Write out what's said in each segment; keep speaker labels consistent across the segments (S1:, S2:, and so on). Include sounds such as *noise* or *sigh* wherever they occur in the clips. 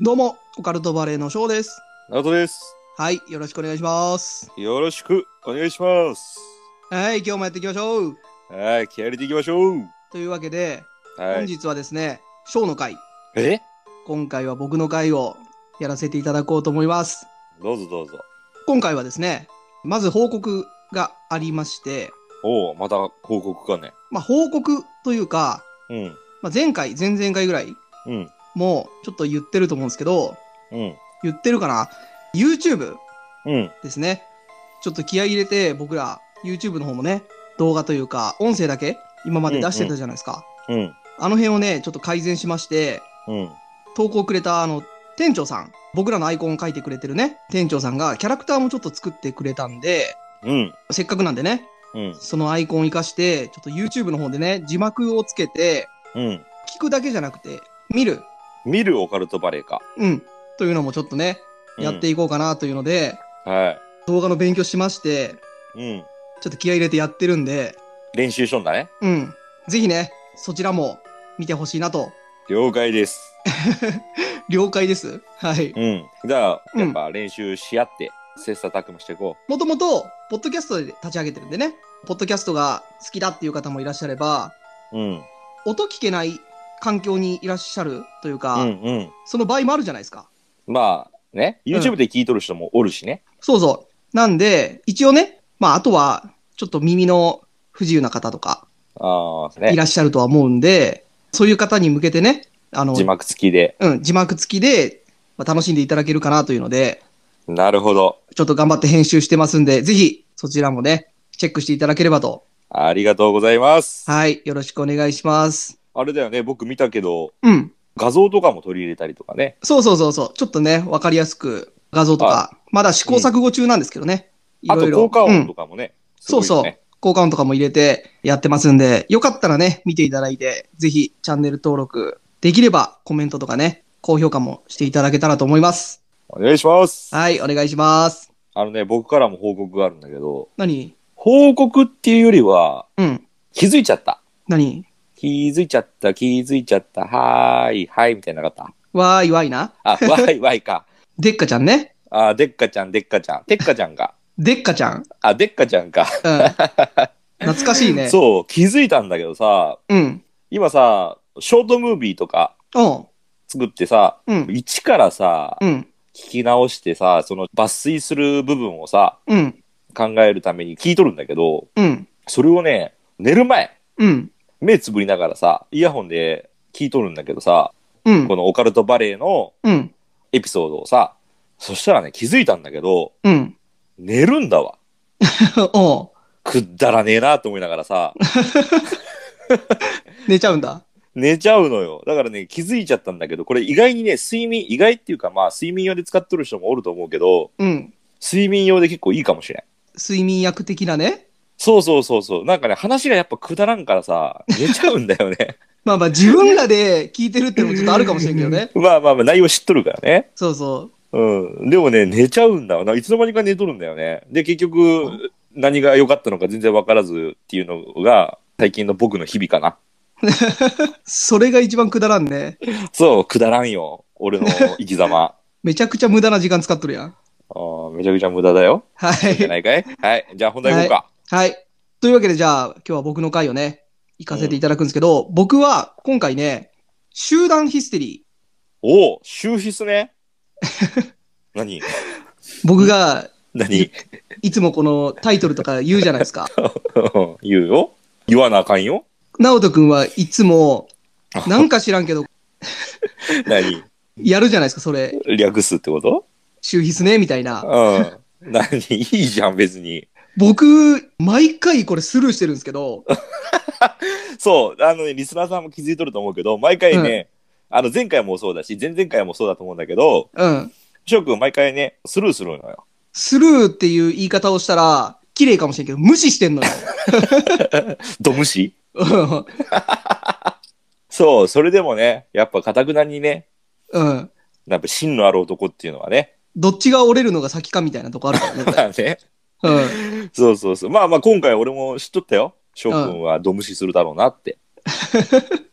S1: どうも、オカルトバレーの翔です。
S2: ナオトです。
S1: はい、よろしくお願いします。
S2: よろしくお願いします。
S1: はい、今日もやっていきましょう。
S2: はい、気合い入れていきましょう。
S1: というわけで、
S2: は
S1: 本
S2: い。
S1: 日はですね、翔の会、
S2: え
S1: 今回は僕の会をやらせていただこうと思います。
S2: どうぞどうぞ。
S1: 今回はですね、まず報告がありまして、
S2: おお、また報告かね。
S1: まあ、報告というか、
S2: うん、
S1: まあ、前回、前々回ぐらい
S2: うん、
S1: もちょっと言ってると思うんですけど、
S2: うん、
S1: 言ってるかな ?YouTube
S2: うん、
S1: ですね。ちょっと気合い入れて、僕ら YouTube の方もね、動画というか、音声だけ今まで出してたじゃないですか。
S2: うん、
S1: あの辺をね、ちょっと改善しまして、
S2: うん。
S1: 投稿くれたあの、店長さん、僕らのアイコンを書いてくれてるね、店長さんがキャラクターもちょっと作ってくれたんで、
S2: うん、
S1: せっかくなんでね、
S2: うん、
S1: そのアイコンを活かして、ちょっと YouTube の方でね、字幕をつけて、
S2: うん。
S1: 聞くだけじゃなくて、見る、
S2: 見るオカルトバレーか。
S1: うん、というのもちょっとね、
S2: うん
S1: やっていこうかなというので、
S2: は
S1: 動画の勉強しまして、
S2: い。うん。
S1: ちょっと気合い入れてやってるんで、
S2: 練習しとんだね。
S1: うん、ぜひね、そちらも見てほしいなと。
S2: 了解です。
S1: 了解です。はい。
S2: うん。じゃあ、
S1: うん
S2: やっぱ練習し合って、切磋琢磨していこ
S1: もともと、ポッドキャストで立ち上げてるんでね、ポッドキャストが好きだっていう方もいらっしゃれば、
S2: う。うん。
S1: 音聞けない環境にいらっしゃるというか、
S2: うん、うん。
S1: その場合もあるじゃないですか。
S2: まあ、ね、YouTube で聞いとる人もおるしね。
S1: そうそう。なんで、一応ね、まあ、あとは、ちょっと耳の不自由な方とか
S2: ああ、
S1: い
S2: ね。
S1: らっしゃるとは思うんで、そういう方に向けてね、あの、
S2: 字幕付きで。
S1: うん、字幕付きで、まあ、楽しんでいただけるかなというので、
S2: なるほど。
S1: ちょっと頑張って編集してますんで、ぜひ、そちらもね、チェックしていただければと。
S2: ありがとうございます。
S1: はい、よろしくお願いします。
S2: あれだよね、僕見たけど、
S1: うん。
S2: 画像とかも取り入れたりとかね。
S1: そうそうそうそう。ちょっとね、わかりやすく画像とか、まだ試行錯誤中なんですけどね。い
S2: あ
S1: ろ
S2: と
S1: いろ。
S2: 効果
S1: う
S2: 音
S1: ん
S2: とかもね。す
S1: そ
S2: ご
S1: う
S2: いよ
S1: そう
S2: ね。
S1: 効果音とかも入れてやってますんで、よかったらね、見ていただいて、ぜひチャンネル登録できればコメントとかね、高評価もしていただけたらと思います。
S2: お願いします。
S1: はい、お願いします。
S2: あのね、僕からも報告があるんだけど、
S1: 何
S2: 報告っていうよりは、
S1: うん。
S2: 気づいちゃった。
S1: 何
S2: 気づいちゃった、気づいちゃった、はーい、はい、みたいなのなかっ
S1: わーいわいな。 *laughs*
S2: た。あ、わーい、わーいか。
S1: でっかちゃんね。
S2: あ、でっかちゃん、でっかちゃん。てっかちゃんか。
S1: でっかちゃん。
S2: あ、でっかちゃんか。
S1: うん。懐かしいね。
S2: そう、気づいたんだけどさ、
S1: う。うん。
S2: 今さ、ショートムービーとか
S1: おう。
S2: 作ってさ、
S1: うん。
S2: 一からさ、
S1: うん。
S2: 聞き直してさその抜粋する部分をさ
S1: うん。
S2: 考えるために聞いとるんだけど
S1: うん。
S2: それをね寝る前
S1: うん。
S2: 目つぶりながらさイヤホンで聞いとるんだけどさ
S1: うん
S2: こ。のオカルトバレーの
S1: うん。
S2: エピソードをさそしたらね気づいたんだけど
S1: うん。 *laughs*
S2: 寝るんだわ
S1: おう。
S2: くだらねえなと思いながらさ
S1: 寝ちゃうんだ。
S2: 寝ちゃうのよだからね気づいちゃったんだけどこれ意外にね睡眠意外っていうかまあ睡眠用で使っとる人もおると思うけど
S1: うん。
S2: 睡眠用で結構いいかもしれん
S1: 睡眠薬的なね。
S2: そうそうそうそう。なんかね、話がやっぱくだらんからさ、寝ちゃうんだよね。 *laughs*
S1: まあまあ自分らで聞いてるってのもちょっとあるかもしれんけど
S2: *laughs*
S1: ね。
S2: まあまあまあ、内容知っとるからね。
S1: そうそ
S2: うん。でもね、寝ちゃうんだわな。いつの間にか寝とるんだよね。で、結局、何が良かったのか全然わからずっていうのが、最近の僕の日々かな。
S1: う。それが一番くだらんね。
S2: そう、くだらんよ。俺の生
S1: *laughs*
S2: き様。
S1: めちゃくちゃ無駄な時間使っとるやん。
S2: あーめちゃくちゃ無駄だよ。
S1: は
S2: じゃ
S1: い。
S2: ないかいはい。じゃあ本題行こうか。
S1: はい。というわけでじゃあ今日は僕の回をね、行かせていただくんですけど、僕は今回ね、集団ヒステリ
S2: おお、終筆ね。何
S1: ー。僕が
S2: 何 *laughs*
S1: いつもこのタイトルとか言うじゃないですか。
S2: 言うよ言わなあかんよ
S1: 直人くんはいつも、なんか知らんけど、
S2: *laughs* 何
S1: やるじゃないですか、それ。
S2: 略すってこと
S1: 周筆ね、みたいな。
S2: うん。何いいじゃん、別に。
S1: 僕、毎回これスルーしてるんですけど、
S2: そう、あのね、リスナーさんも気づいとると思うけど、毎回ね、あの、前回もそうだし、前々回もそうだと思うんだけど、
S1: うん。
S2: 翔くん毎回ね、スルーするのよ。
S1: スルーっていう言い方をしたら、綺麗かもしれんけど、無視してんのよ。 *laughs*
S2: ドムシ
S1: うん
S2: そう、それでもね、やっぱ、かたくなにね、
S1: うん。
S2: やっぱ、芯のある男っていうのはね、
S1: どっちが折れるのが先かみたいなとこあるからねこれ。
S2: *laughs* まあね、
S1: うん。
S2: そうそうそう。まあまあ、今回俺も知っとったよ。翔くんはドムシするだろうなって。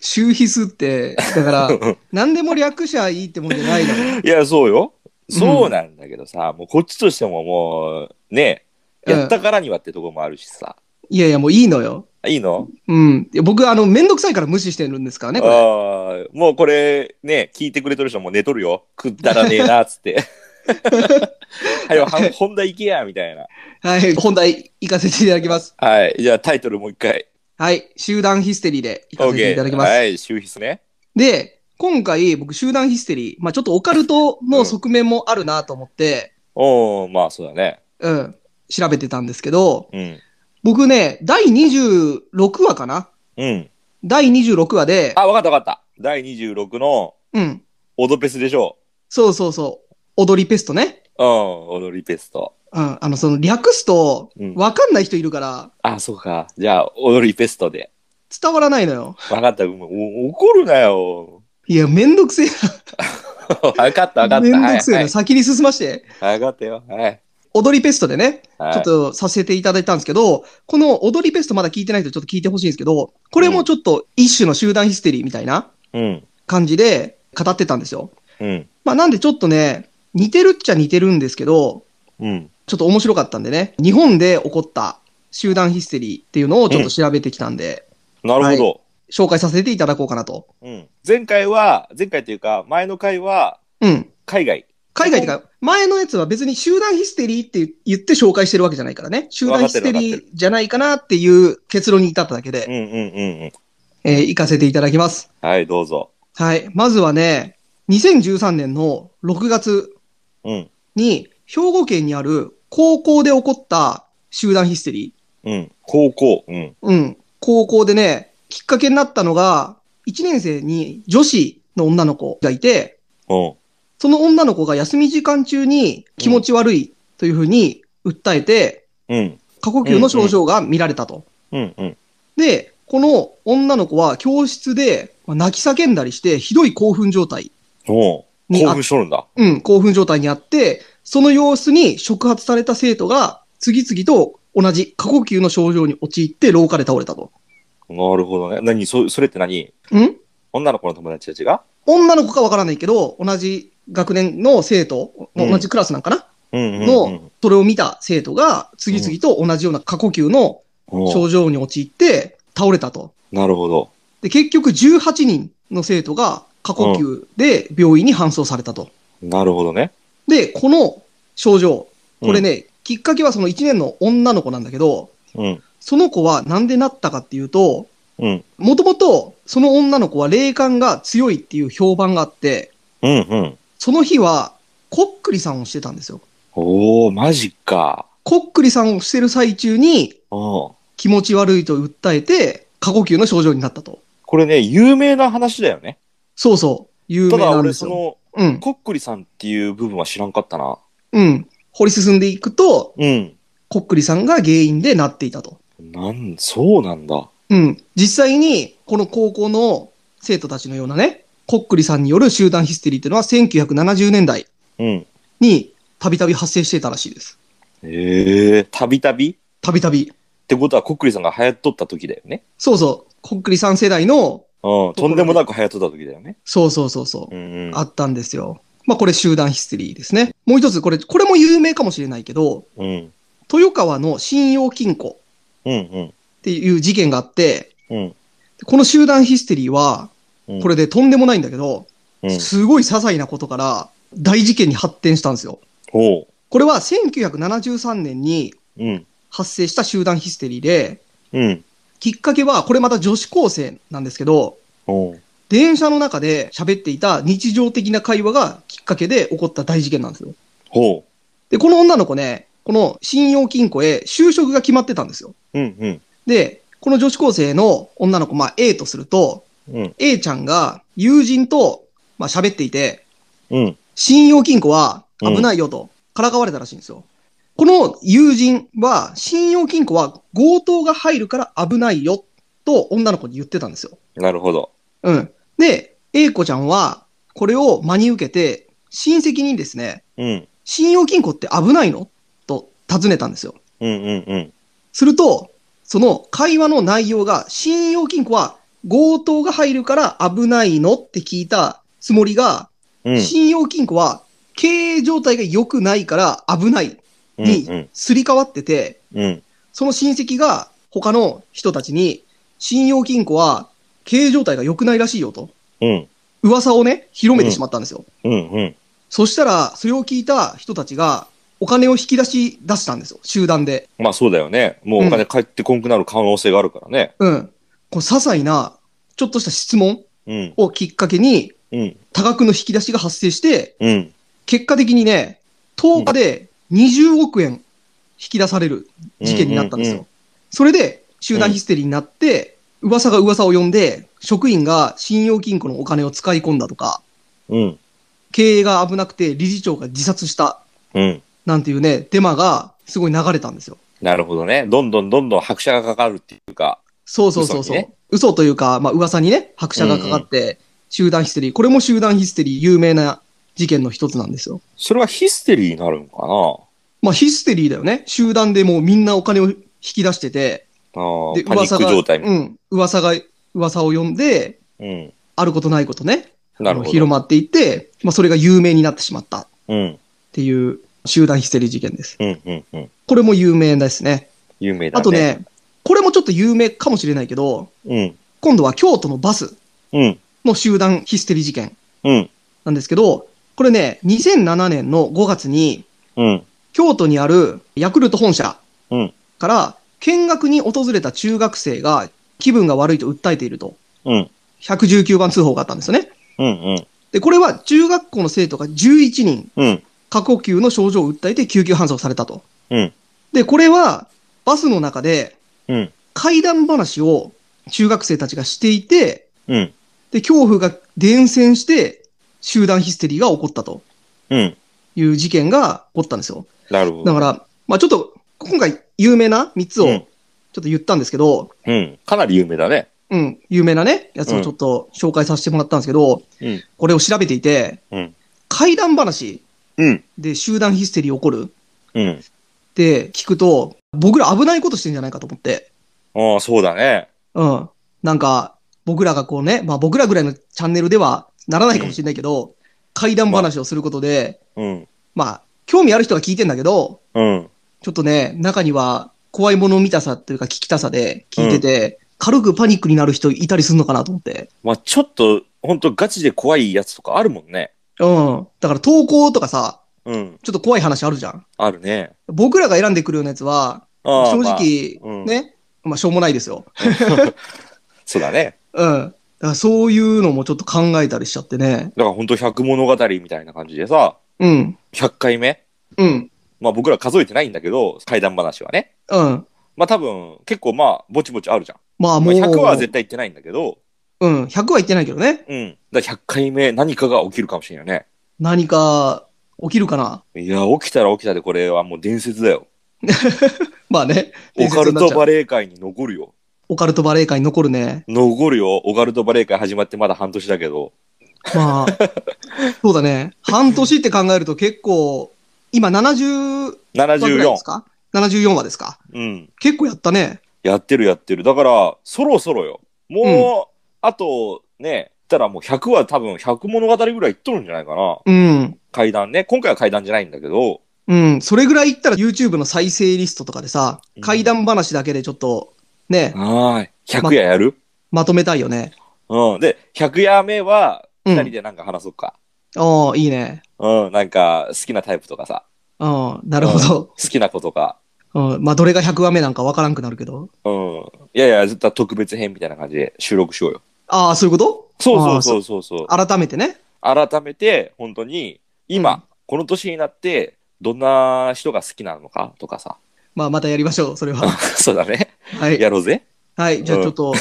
S1: 周比数って、だから、何でも略しゃいいってもんじゃないの。
S2: いや、そうよ。そうなんだけどさ、もうこっちとしてももう、ね、
S1: うん
S2: やったからにはってとこもあるしさ。
S1: いやいや、もういいのよ。
S2: いいの
S1: うん。いや僕、あの、めんどくさいから無視してるんですからね、これ。
S2: ああ、もうこれ、ね、聞いてくれてる人もう寝とるよ。くだらねえな、
S1: *laughs*
S2: つって。はよ、は本題行けや、みたいな。
S1: はい、本題行かせていただきます。
S2: はい。じゃあタイトルもう一回。
S1: はい、集団ヒステリーで行かせて
S2: OK。
S1: いただきます。
S2: はい、周筆ね。
S1: で、今回僕集団ヒステリー、まあちょっとオカルトの側面もあるなと思って、
S2: おー、まあそうだね。
S1: うん、調べてたんですけど、
S2: うん。
S1: 僕ね、第26話かな
S2: うん。
S1: 第26話で、
S2: あ、わかったわかった。第26の
S1: うん、
S2: オドペスでしょ
S1: そうそうそう、踊りペストね。
S2: う。うん、オドリペスト。
S1: うん、あの、その略すと
S2: うん、
S1: わかんない人いるから、
S2: あ、そうか。じゃあ、オドリペストで。
S1: 伝わらないのよ。
S2: わかった、ごめん。お怒るなよ。 *laughs*
S1: いや、めんどくせえ
S2: わかった、
S1: な。
S2: わかった。
S1: めんどくせえな。
S2: はい、
S1: 先に進まして。
S2: はい。わかったよ。はい。
S1: 踊りペストでね、
S2: はい、
S1: ちょっとさせていただいたんですけど、この踊りペストまだ聞いてない人ちょっと聞いてほしいんですけど、これもちょっと一種の集団ヒステリーみたいな
S2: うん。
S1: 感じで語ってたんですよ。
S2: うん。
S1: まあなんでちょっとね、似てるっちゃ似てるんですけど、
S2: うん。
S1: ちょっと面白かったんでね、日本で起こった集団ヒステリーっていうのをちょっと調べてきたんで、
S2: なるほ
S1: 紹介させていただこうかなと。
S2: ど。うん。前回は、前回というか、前の回は、
S1: うん。
S2: 海外。
S1: 海外ってか、前のやつは別に集団ヒステリーって言って紹介してるわけじゃないからね。集団ヒステリーじゃないかなっていう結論に至っただけ
S2: う
S1: で、
S2: んうんうんうん。
S1: えー行かせていただきます。
S2: はい、どうぞ。
S1: はい。まずはね、2013年の6月
S2: うん。
S1: に、兵庫県にある高校で起こった集団ヒステリ
S2: うん。高校。うん。
S1: ー。うん。高校でね、きっかけになったのが、1年生に女子の女の子がいて、
S2: うん。
S1: その女の子が休み時間中に気持ち悪いというふうに訴えて、
S2: うん。
S1: 過呼吸の症状が見られたと。
S2: うんうん。
S1: で、この女の子は教室でまあ泣き叫んだりして、ひどい興奮状態
S2: おう
S1: に
S2: 興奮しとるんだ。
S1: うん、興奮状態にあって、その様子に触発された生徒が、次々と同じ過呼吸の症状に陥って廊下で倒れたと。
S2: なるほどね。何そそれって何
S1: ん
S2: 女の子の友達たちが
S1: 女の子かわからないけど、同じ学年の生徒、
S2: うん
S1: 同じクラスなんかな、
S2: うんうんうん
S1: の、それを見た生徒が、次々と同じような過呼吸の
S2: おう
S1: 症状に陥って倒れたと。
S2: なるほど。
S1: で、結局18人の生徒が過呼吸で病院に搬送されたと。
S2: なるほどね。
S1: で、この症状、これ
S2: ね。
S1: ね、きっかけはその1年の女の子なんだけど、
S2: うん。
S1: その子はなんでなったかっていうと、
S2: うん。
S1: もともとその女の子は霊感が強いっていう評判があって、
S2: うんうん。
S1: その日はこっくりさんをしてたんですよ。
S2: おおマジか。
S1: こっくりさんをしてる最中に
S2: うん。
S1: 気持ち悪いと訴えて過呼吸の症状になったと。
S2: これね、有名な話だよね。
S1: そうそう。有
S2: た
S1: 名
S2: だ
S1: なん
S2: 俺、
S1: です
S2: そ
S1: よ。う
S2: の、
S1: ん。
S2: こっくりさんっていう部分は知らんかったな。
S1: うん。掘り進んでいくと、
S2: うん。
S1: こっくりさんが原因でなっていたと。
S2: なん、そうなんだ。
S1: うん。実際に、この高校の生徒たちのようなね、こっくりさんによる集団ヒステリーっていうのは1970年代
S2: うん。
S1: にたびたび発生してたらしいです。
S2: ええたびたび
S1: たびたび。
S2: ってことは、こっくりさんが流行っとった時だよね。
S1: そうそう。こっくりさん世代の、
S2: うん。とんでもなく流行っとった時だよね。
S1: そうそうそうそうう、
S2: んうん。
S1: あったんですよ。まあこれ集団ヒステリーですね。もう一つ、これ、これも有名かもしれないけど、
S2: うん。
S1: 豊川の信用金庫
S2: うんうん。
S1: っていう事件があって、
S2: うん。
S1: この集団ヒステリーは、
S2: うん
S1: これでとんでもないんだけど、
S2: うん。
S1: すごい些細なことから大事件に発展したんですよ。
S2: ほ
S1: これは1973年に
S2: う。うん。
S1: 発生した集団ヒステリーで、
S2: うん。
S1: きっかけは、これまた女子高生なんですけど、
S2: ほう。
S1: 電車の中で喋っていた日常的な会話がきっかけで起こった大事件なんですよ。
S2: ほ
S1: で、この女の子ね、この信用金庫へ就職が決まってたんですよ。
S2: う。うんうん。
S1: で、この女子高生の女の子、まあ A とすると、
S2: うん。
S1: A ちゃんが友人と、まあ、喋っていて、
S2: うん。
S1: 信用金庫は危ないよと、からかわれたらしいんですよ。この友人は、信用金庫は強盗が入るから危ないよと女の子に言ってたんですよ。
S2: なるほど。
S1: うん。で、A 子ちゃんは、これを真に受けて、親戚にですね、
S2: うん。
S1: 信用金庫って危ないのと尋ねたんですよ。
S2: うんうんうん。
S1: すると、その会話の内容が、信用金庫は強盗が入るから危ないのって聞いたつもりが、
S2: うん。
S1: 信用金庫は経営状態が良くないから危ない
S2: うん。
S1: にすり替わってて、
S2: うん。
S1: その親戚が他の人たちに、信用金庫は経営状態が良くないらしいよと、
S2: うん。
S1: 噂をね、広めてしまったんですよ。
S2: うん。うん。
S1: そしたら、それを聞いた人たちが、お金を引き出し出したんですよ、集団で。
S2: まあそうだよね。もうお金返ってこんくなる可能性があるからね。
S1: うん。こう、些細な、ちょっとした質問
S2: うん。
S1: をきっかけに、
S2: うん。
S1: 多額の引き出しが発生して、
S2: うん。
S1: 結果的にね、10日で20億円引き出される事件になったんですよ。
S2: うん
S1: それで集団ヒステリーになって、噂が噂を呼んで、職員が信用金庫のお金を使い込んだとか、
S2: うん。
S1: 経営が危なくて理事長が自殺した
S2: うん。
S1: なんていうね、デマがすごい流れたんですよ。
S2: なるほどね。どんどんどんどん拍車がかかるっていうか。
S1: そうそうそうそう。嘘,、
S2: 嘘にね
S1: というか、まあ噂にね、拍車がかかって、集団ヒステリー、これも集団ヒステリー有名な事件の一つなんですよ。
S2: それはヒステリーになるんか
S1: まあヒステリーだよね。集団でもうみんなお金を引き出してて、
S2: なあ
S1: で
S2: あパニック状態みた
S1: う
S2: い
S1: ん。噂が、噂を呼んで、
S2: な。うん。
S1: あることないことね。
S2: なるほ
S1: 広
S2: ど。
S1: まっていって、まあ、それが有名になってしまったっ
S2: うん。
S1: ていう集団ヒステリー事件です。
S2: うん。うん。うん。
S1: これも有名ですね。
S2: 有名だね。
S1: あと。ね、これもちょっと有名かもしれないけど、
S2: うん。
S1: 今度は京都のバス
S2: うん。
S1: の集団ヒステリー事件
S2: うん。
S1: なんですけど、これね、2007年の5月に、
S2: うん。
S1: 京都にあるヤクルト本社
S2: うん
S1: から見学に訪れた中学生が気分が悪いと訴えていると、
S2: うん。
S1: 119番通報があったんですよね。
S2: うん。うん。
S1: で、これは中学校の生徒が11人、
S2: うん。
S1: 過呼吸の症状を訴えて救急搬送されたと。
S2: うん。
S1: で、これはバスの中で
S2: うん。
S1: 怪談話を中学生たちがしていて、
S2: うん。
S1: で、恐怖が伝染して集団ヒステリーが起こったと
S2: うん。
S1: いう事件が起こったんですよ。
S2: なるほ
S1: だ
S2: ど。
S1: から、まあちょっと今回有名な3つをち
S2: う
S1: ょっ
S2: ん
S1: と言ったんですけど、
S2: うん。かなり有名だね。
S1: うん、有名なね、やつをちょっと紹介させてもらったんですけど、
S2: うん。
S1: これを調べていて、
S2: うん。
S1: 怪談話
S2: うん。
S1: で集団ヒステリー起こる
S2: うん。
S1: って聞くと、僕ら危ないことしてんじゃないかと思って。
S2: ああ、そうだね。
S1: うん。なんか、僕らがこうね、まあ僕らぐらいのチャンネルではならないかもしれないけど、怪談話をすることで、
S2: うん。
S1: まあ、興味ある人が聞いてんだけど、
S2: うん。
S1: ちょっとね、中には怖いもの見たさというか聞きたさで聞いてて、軽くパニックになる人いたりするのかなと思って。
S2: まあちょっと、本当ガチで怖いやつとかあるもんね。
S1: うん。だから投稿とかさ、
S2: うん。
S1: ちょっと怖い話あるじゃん。
S2: あるね。
S1: 僕らが選んでくるようなやつは、
S2: ああ
S1: 正
S2: まあ
S1: 直、
S2: うん
S1: ね、まあしょうもないですよ。
S2: そうだね。
S1: うん。だからそういうのもちょっと考えたりしちゃってね。
S2: だから本当百物語みたいな感じでさ、
S1: うん。
S2: 100回目。
S1: うん。
S2: まあ僕ら数えてないんだけど、怪談話はね。
S1: うん。
S2: まあ多分、結構まあ、ぼちぼちあるじゃん。
S1: まあも
S2: まあ、
S1: う。
S2: 100は絶対言ってないんだけど、
S1: うん。100は言ってないけどね。
S2: うん。だから100回目何かが起きるかもしれないよ
S1: 何か起きるかな。
S2: ね。いや、起きたら起きたでこれはもう伝説だよ。
S1: まあね。
S2: オカ
S1: 伝説
S2: ル
S1: になっ
S2: ト
S1: ちゃう
S2: バレー界に残るよ。
S1: オカルトバレー界に残るね。
S2: 残るよ。オカルトバレー界始まってまだ半年だけど。 *laughs*
S1: まあ、そうだね。半年って考えると結構、今70話ぐらい
S2: 74
S1: です。か ?74 話ですか
S2: うん。
S1: 結構やったね。
S2: やってるやってる。だから、そろそろよ。もう、あと、ね、たらもう100は多分100物語ぐらいいっとるんじゃないかな。
S1: うん。
S2: 階段ね。今回は階段じゃないんだけど、
S1: うん。それぐらいいったら YouTube の再生リストとかでさ
S2: う、ん
S1: 怪談話だけでちょっと、ね、
S2: はーい。100夜やる、
S1: まとめたいよね。
S2: うん。で、100夜目は、
S1: うん
S2: 2人でなんか話そうか。
S1: ああ、いいね。
S2: うん、なんか、好きなタイプとかさ、
S1: うん。なるほど。
S2: 好きな子とか。
S1: うん、まあ、どれが100話目なんかわからんくなるけど。
S2: うん。いやいや、絶対特別編みたいな感じで収録しようよ。
S1: ああ、そういうこと
S2: そうそうそうそうそう。
S1: あーそ改めてね。
S2: 改めて、本当に、今、
S1: うん
S2: この年になって、どんな人が好きなのかとかさ。 *laughs*
S1: まあ、またやりましょう、それは。
S2: そうだね。
S1: はい。
S2: やろうぜ。
S1: はい。じゃあ、
S2: うん
S1: ちょっと、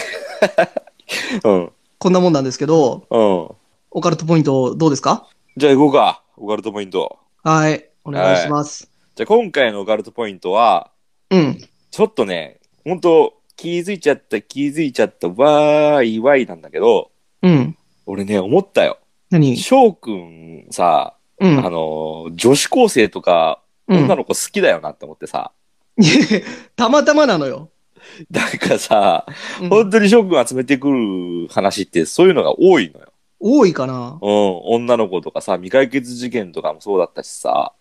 S2: うん。
S1: こんなもんなんですけど、
S2: うん。
S1: オカルトポイントどうですか
S2: じゃあ行こうか。オカルトポイント。
S1: はい。お願いします。
S2: じゃあ今回のオカルトポイントは、
S1: うん。
S2: ちょっとね、ほんと、気づいちゃった、気づいちゃった、わーいわいなんだけど、
S1: うん。
S2: 俺ね、思ったよ。
S1: 何
S2: 翔くんさ、
S1: う
S2: あ
S1: ん。
S2: のー、女子高生とか、
S1: うん
S2: 女の子好きだよなって思ってさ。
S1: *laughs* いやたまたまなのよ。
S2: なんかさ、
S1: うん
S2: 本当に翔くん集めてくる話ってそういうのが多いのよ。
S1: 多いかな。
S2: うん、女の子とかさ、未解決事件とかもそうだったしさ。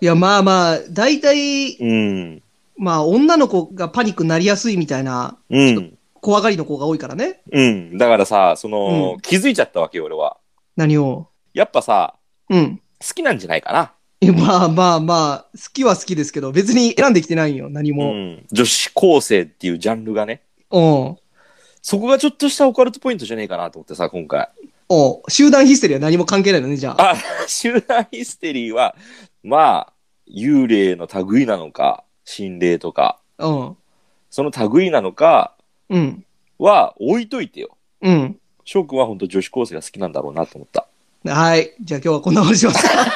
S1: いや、まあまあ、大体、
S2: うん。
S1: まあ、女の子がパニックになりやすいみたいな、
S2: うん。
S1: 怖がりの子が多いからね。
S2: うん。だからさ、その、
S1: うん
S2: 気づいちゃったわけよ、俺は。
S1: 何を。
S2: やっぱさ、
S1: うん。
S2: 好きなんじゃないかな。
S1: いやまあまあまあ、好きは好きですけど、別に選んできてないよ、何
S2: う
S1: も。
S2: ん。女子高生っていうジャンルがね。
S1: うん。
S2: そこがちょっとしたオカルトポイントじゃねえかなと思ってさ、今回。
S1: おう集団ヒステリーは何も関係ないのね、じゃあ。
S2: あ、集団ヒステリーは、まあ、幽霊の類なのか、心霊とか、
S1: うん。
S2: その類なのか
S1: うん。
S2: は置いといてよ。
S1: うん。
S2: 翔くんは本当女子高生が好きなんだろうなと思った。
S1: はい。じゃあ今日はこんな話します *laughs* か。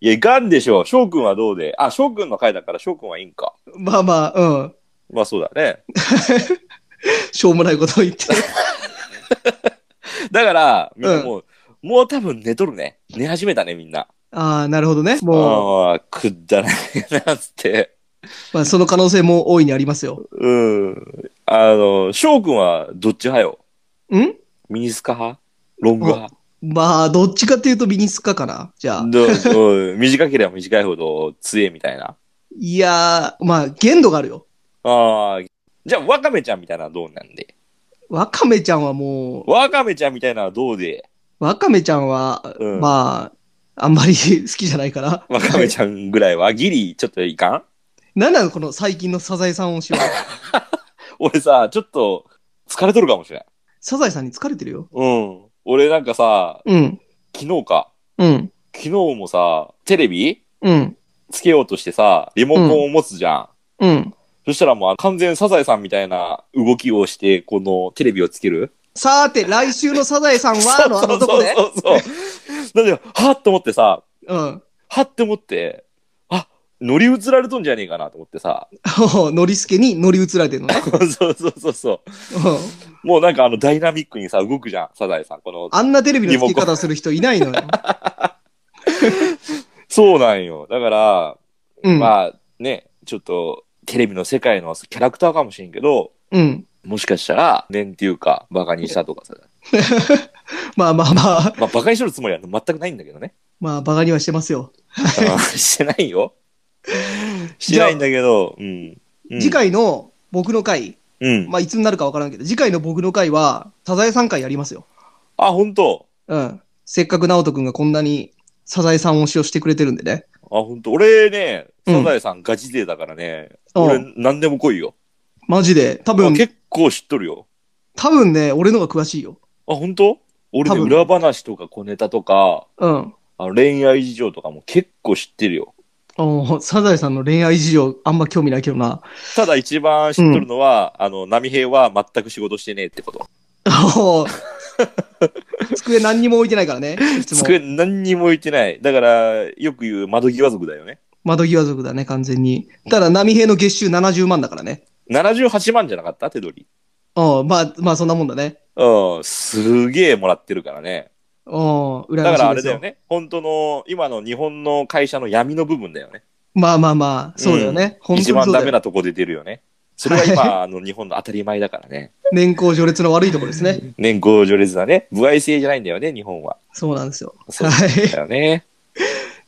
S2: いや、いかんでしょう。翔くんはどうで。あ、翔くんの回だから翔くんはいいんか。
S1: まあまあ、うん。
S2: まあそうだね。
S1: しょうもないことを言って。
S2: だから、みんなもう、もう多分寝とるね。寝始めたね、みんな。
S1: ああ、なるほどね。もう、
S2: ああ、くだらねえな、つって。
S1: まあ、その可能性も大いにありますよ。
S2: うん。あの、翔くんはどっち派よ
S1: ん
S2: ミニスカ派ロング派
S1: まあ、どっちかっていうとミニスカかな。じゃあ。
S2: どうん短ければ短いほど強えみたいな。
S1: いやー、まあ、限度があるよ。
S2: ああ。じゃあ、ワカメちゃんみたいなのはどうなんで。
S1: ワカメちゃんはもう、
S2: ワカメちゃんみたいなのはどうで。
S1: ワカメちゃんは、
S2: うん
S1: まあ、あんまり好きじゃないから。 *laughs*
S2: ワカメちゃんぐらいはギリちょっといかん
S1: なんなのこの最近のサザエさん推しは。
S2: 俺さ、ちょっと疲れとるかもしれん。
S1: サザエさんに疲れてるよ。
S2: うん。俺なんかさ、
S1: うん。
S2: 昨日か。
S1: うん。
S2: 昨日もさ、テレビ
S1: うん。
S2: つけようとしてさ、リモコンを持つじゃん。
S1: うん。
S2: そしたらもう完全サザエさんみたいな動きをして、このテレビをつける。
S1: さーて、来週のサザエさんは、のあのとこね。
S2: そうそうそう。なんで、はっと思ってさ、
S1: うん。
S2: はって思って、あ乗り移られとんじゃねえかなと思ってさ。
S1: *laughs* ノリスケに乗り移られてるのね。
S2: そうそうそうそう。
S1: うん
S2: もうなんかあのダイナミックにさ、動くじゃん、サザエさん。この、
S1: あんなテレビのつけ方する人いないのよ。
S2: そうなんよ。だから、
S1: うん。
S2: *laughs* まあね、ちょっとテレビの世界のキャラクターかもしれんけど、
S1: うん。
S2: もしかしたら、念っていうか、バカにしたとかさ。
S1: まあまあまあ、
S2: まあ、バカにしとるつもりは全くないんだけどね。 *laughs*
S1: まあ、バカにはしてますよ。
S2: うんしてないよ。してないんだけど、うん。うん
S1: 次。回の僕の回、
S2: うん。
S1: まあ、いつになるかわからんけど、次回の僕の回は、サザエさん回やりますよ。
S2: あ、本当
S1: うん。せっかく直人くんがこんなにサザエさん推しをしてくれてるんでね。
S2: あ、本当俺ね、
S1: うん
S2: サザエさんガチ勢だからね、
S1: うん
S2: 俺何でも来いよ。
S1: マジで、多
S2: あ
S1: 分、
S2: 結構知っとるよ。
S1: 多分ね、俺のが詳しいよ。
S2: あ、本当俺ね、
S1: 多分
S2: 裏話とか小ネタとか、
S1: うん。
S2: あの恋愛事情とかも結構知ってるよ。
S1: おーサザエさんの恋愛事情、あんま興味ないけどな。
S2: ただ一番知っとるのは、あの、波平は全く仕事してねえってこと。
S1: お
S2: *laughs*
S1: ー机何にも置いてないからね。いつも
S2: 机何にも置いてない。だから、よく言う窓際族だよね。
S1: 窓際族だね、完全に。ただ、波平の月収70万だからね。
S2: 78万じゃなかった手取り。
S1: うん、まあ、まあ、そんなもんだね。
S2: うん、すげえもらってるからね。
S1: うん、
S2: だ
S1: 羨
S2: か
S1: まし
S2: らあ
S1: い
S2: れ
S1: です
S2: だ
S1: よ。
S2: よね。本当の、今の日本の会社の闇の部分だよね。
S1: まあまあまあ、そうだよね。本当にそ
S2: 一
S1: うだ
S2: 番
S1: よ
S2: ダメなとこ出てるよね。それが今、あの、日本の当たり前だからね。
S1: 年功序列の悪いところですね。
S2: 年功序列だね。歩合制じゃないんだよね、日本は。
S1: そうなんですよ。
S2: そう
S1: はい。
S2: だよね。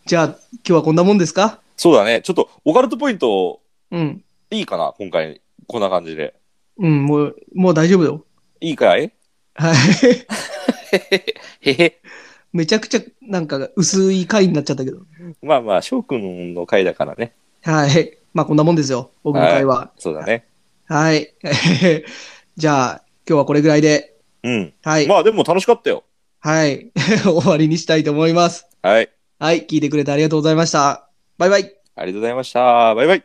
S1: じゃあ、今日はこんなもんですか
S2: そうだね。ちょっと、オカルトポイント、
S1: うん。
S2: いいかな今回、こんな感じで。
S1: うん、もう、もう大丈夫だよ。
S2: いいかい *laughs*
S1: はい。 *laughs*
S2: へへ。
S1: めちゃくちゃ、なんか、薄い回になっちゃったけど。
S2: まあまあ、翔くんの回だからね。
S1: はい。まあ、こんなもんですよ。僕の回は。
S2: そうだね。
S1: はい。 *laughs* じゃあ、今日はこれぐらいで。
S2: うん。
S1: はい。
S2: まあでも楽しかったよ。
S1: はい。 *laughs* 終わりにしたいと思います。
S2: はい。
S1: はい。聞いてくれてありがとうございました。バイバイ。
S2: ありがとうございました。バイバイ。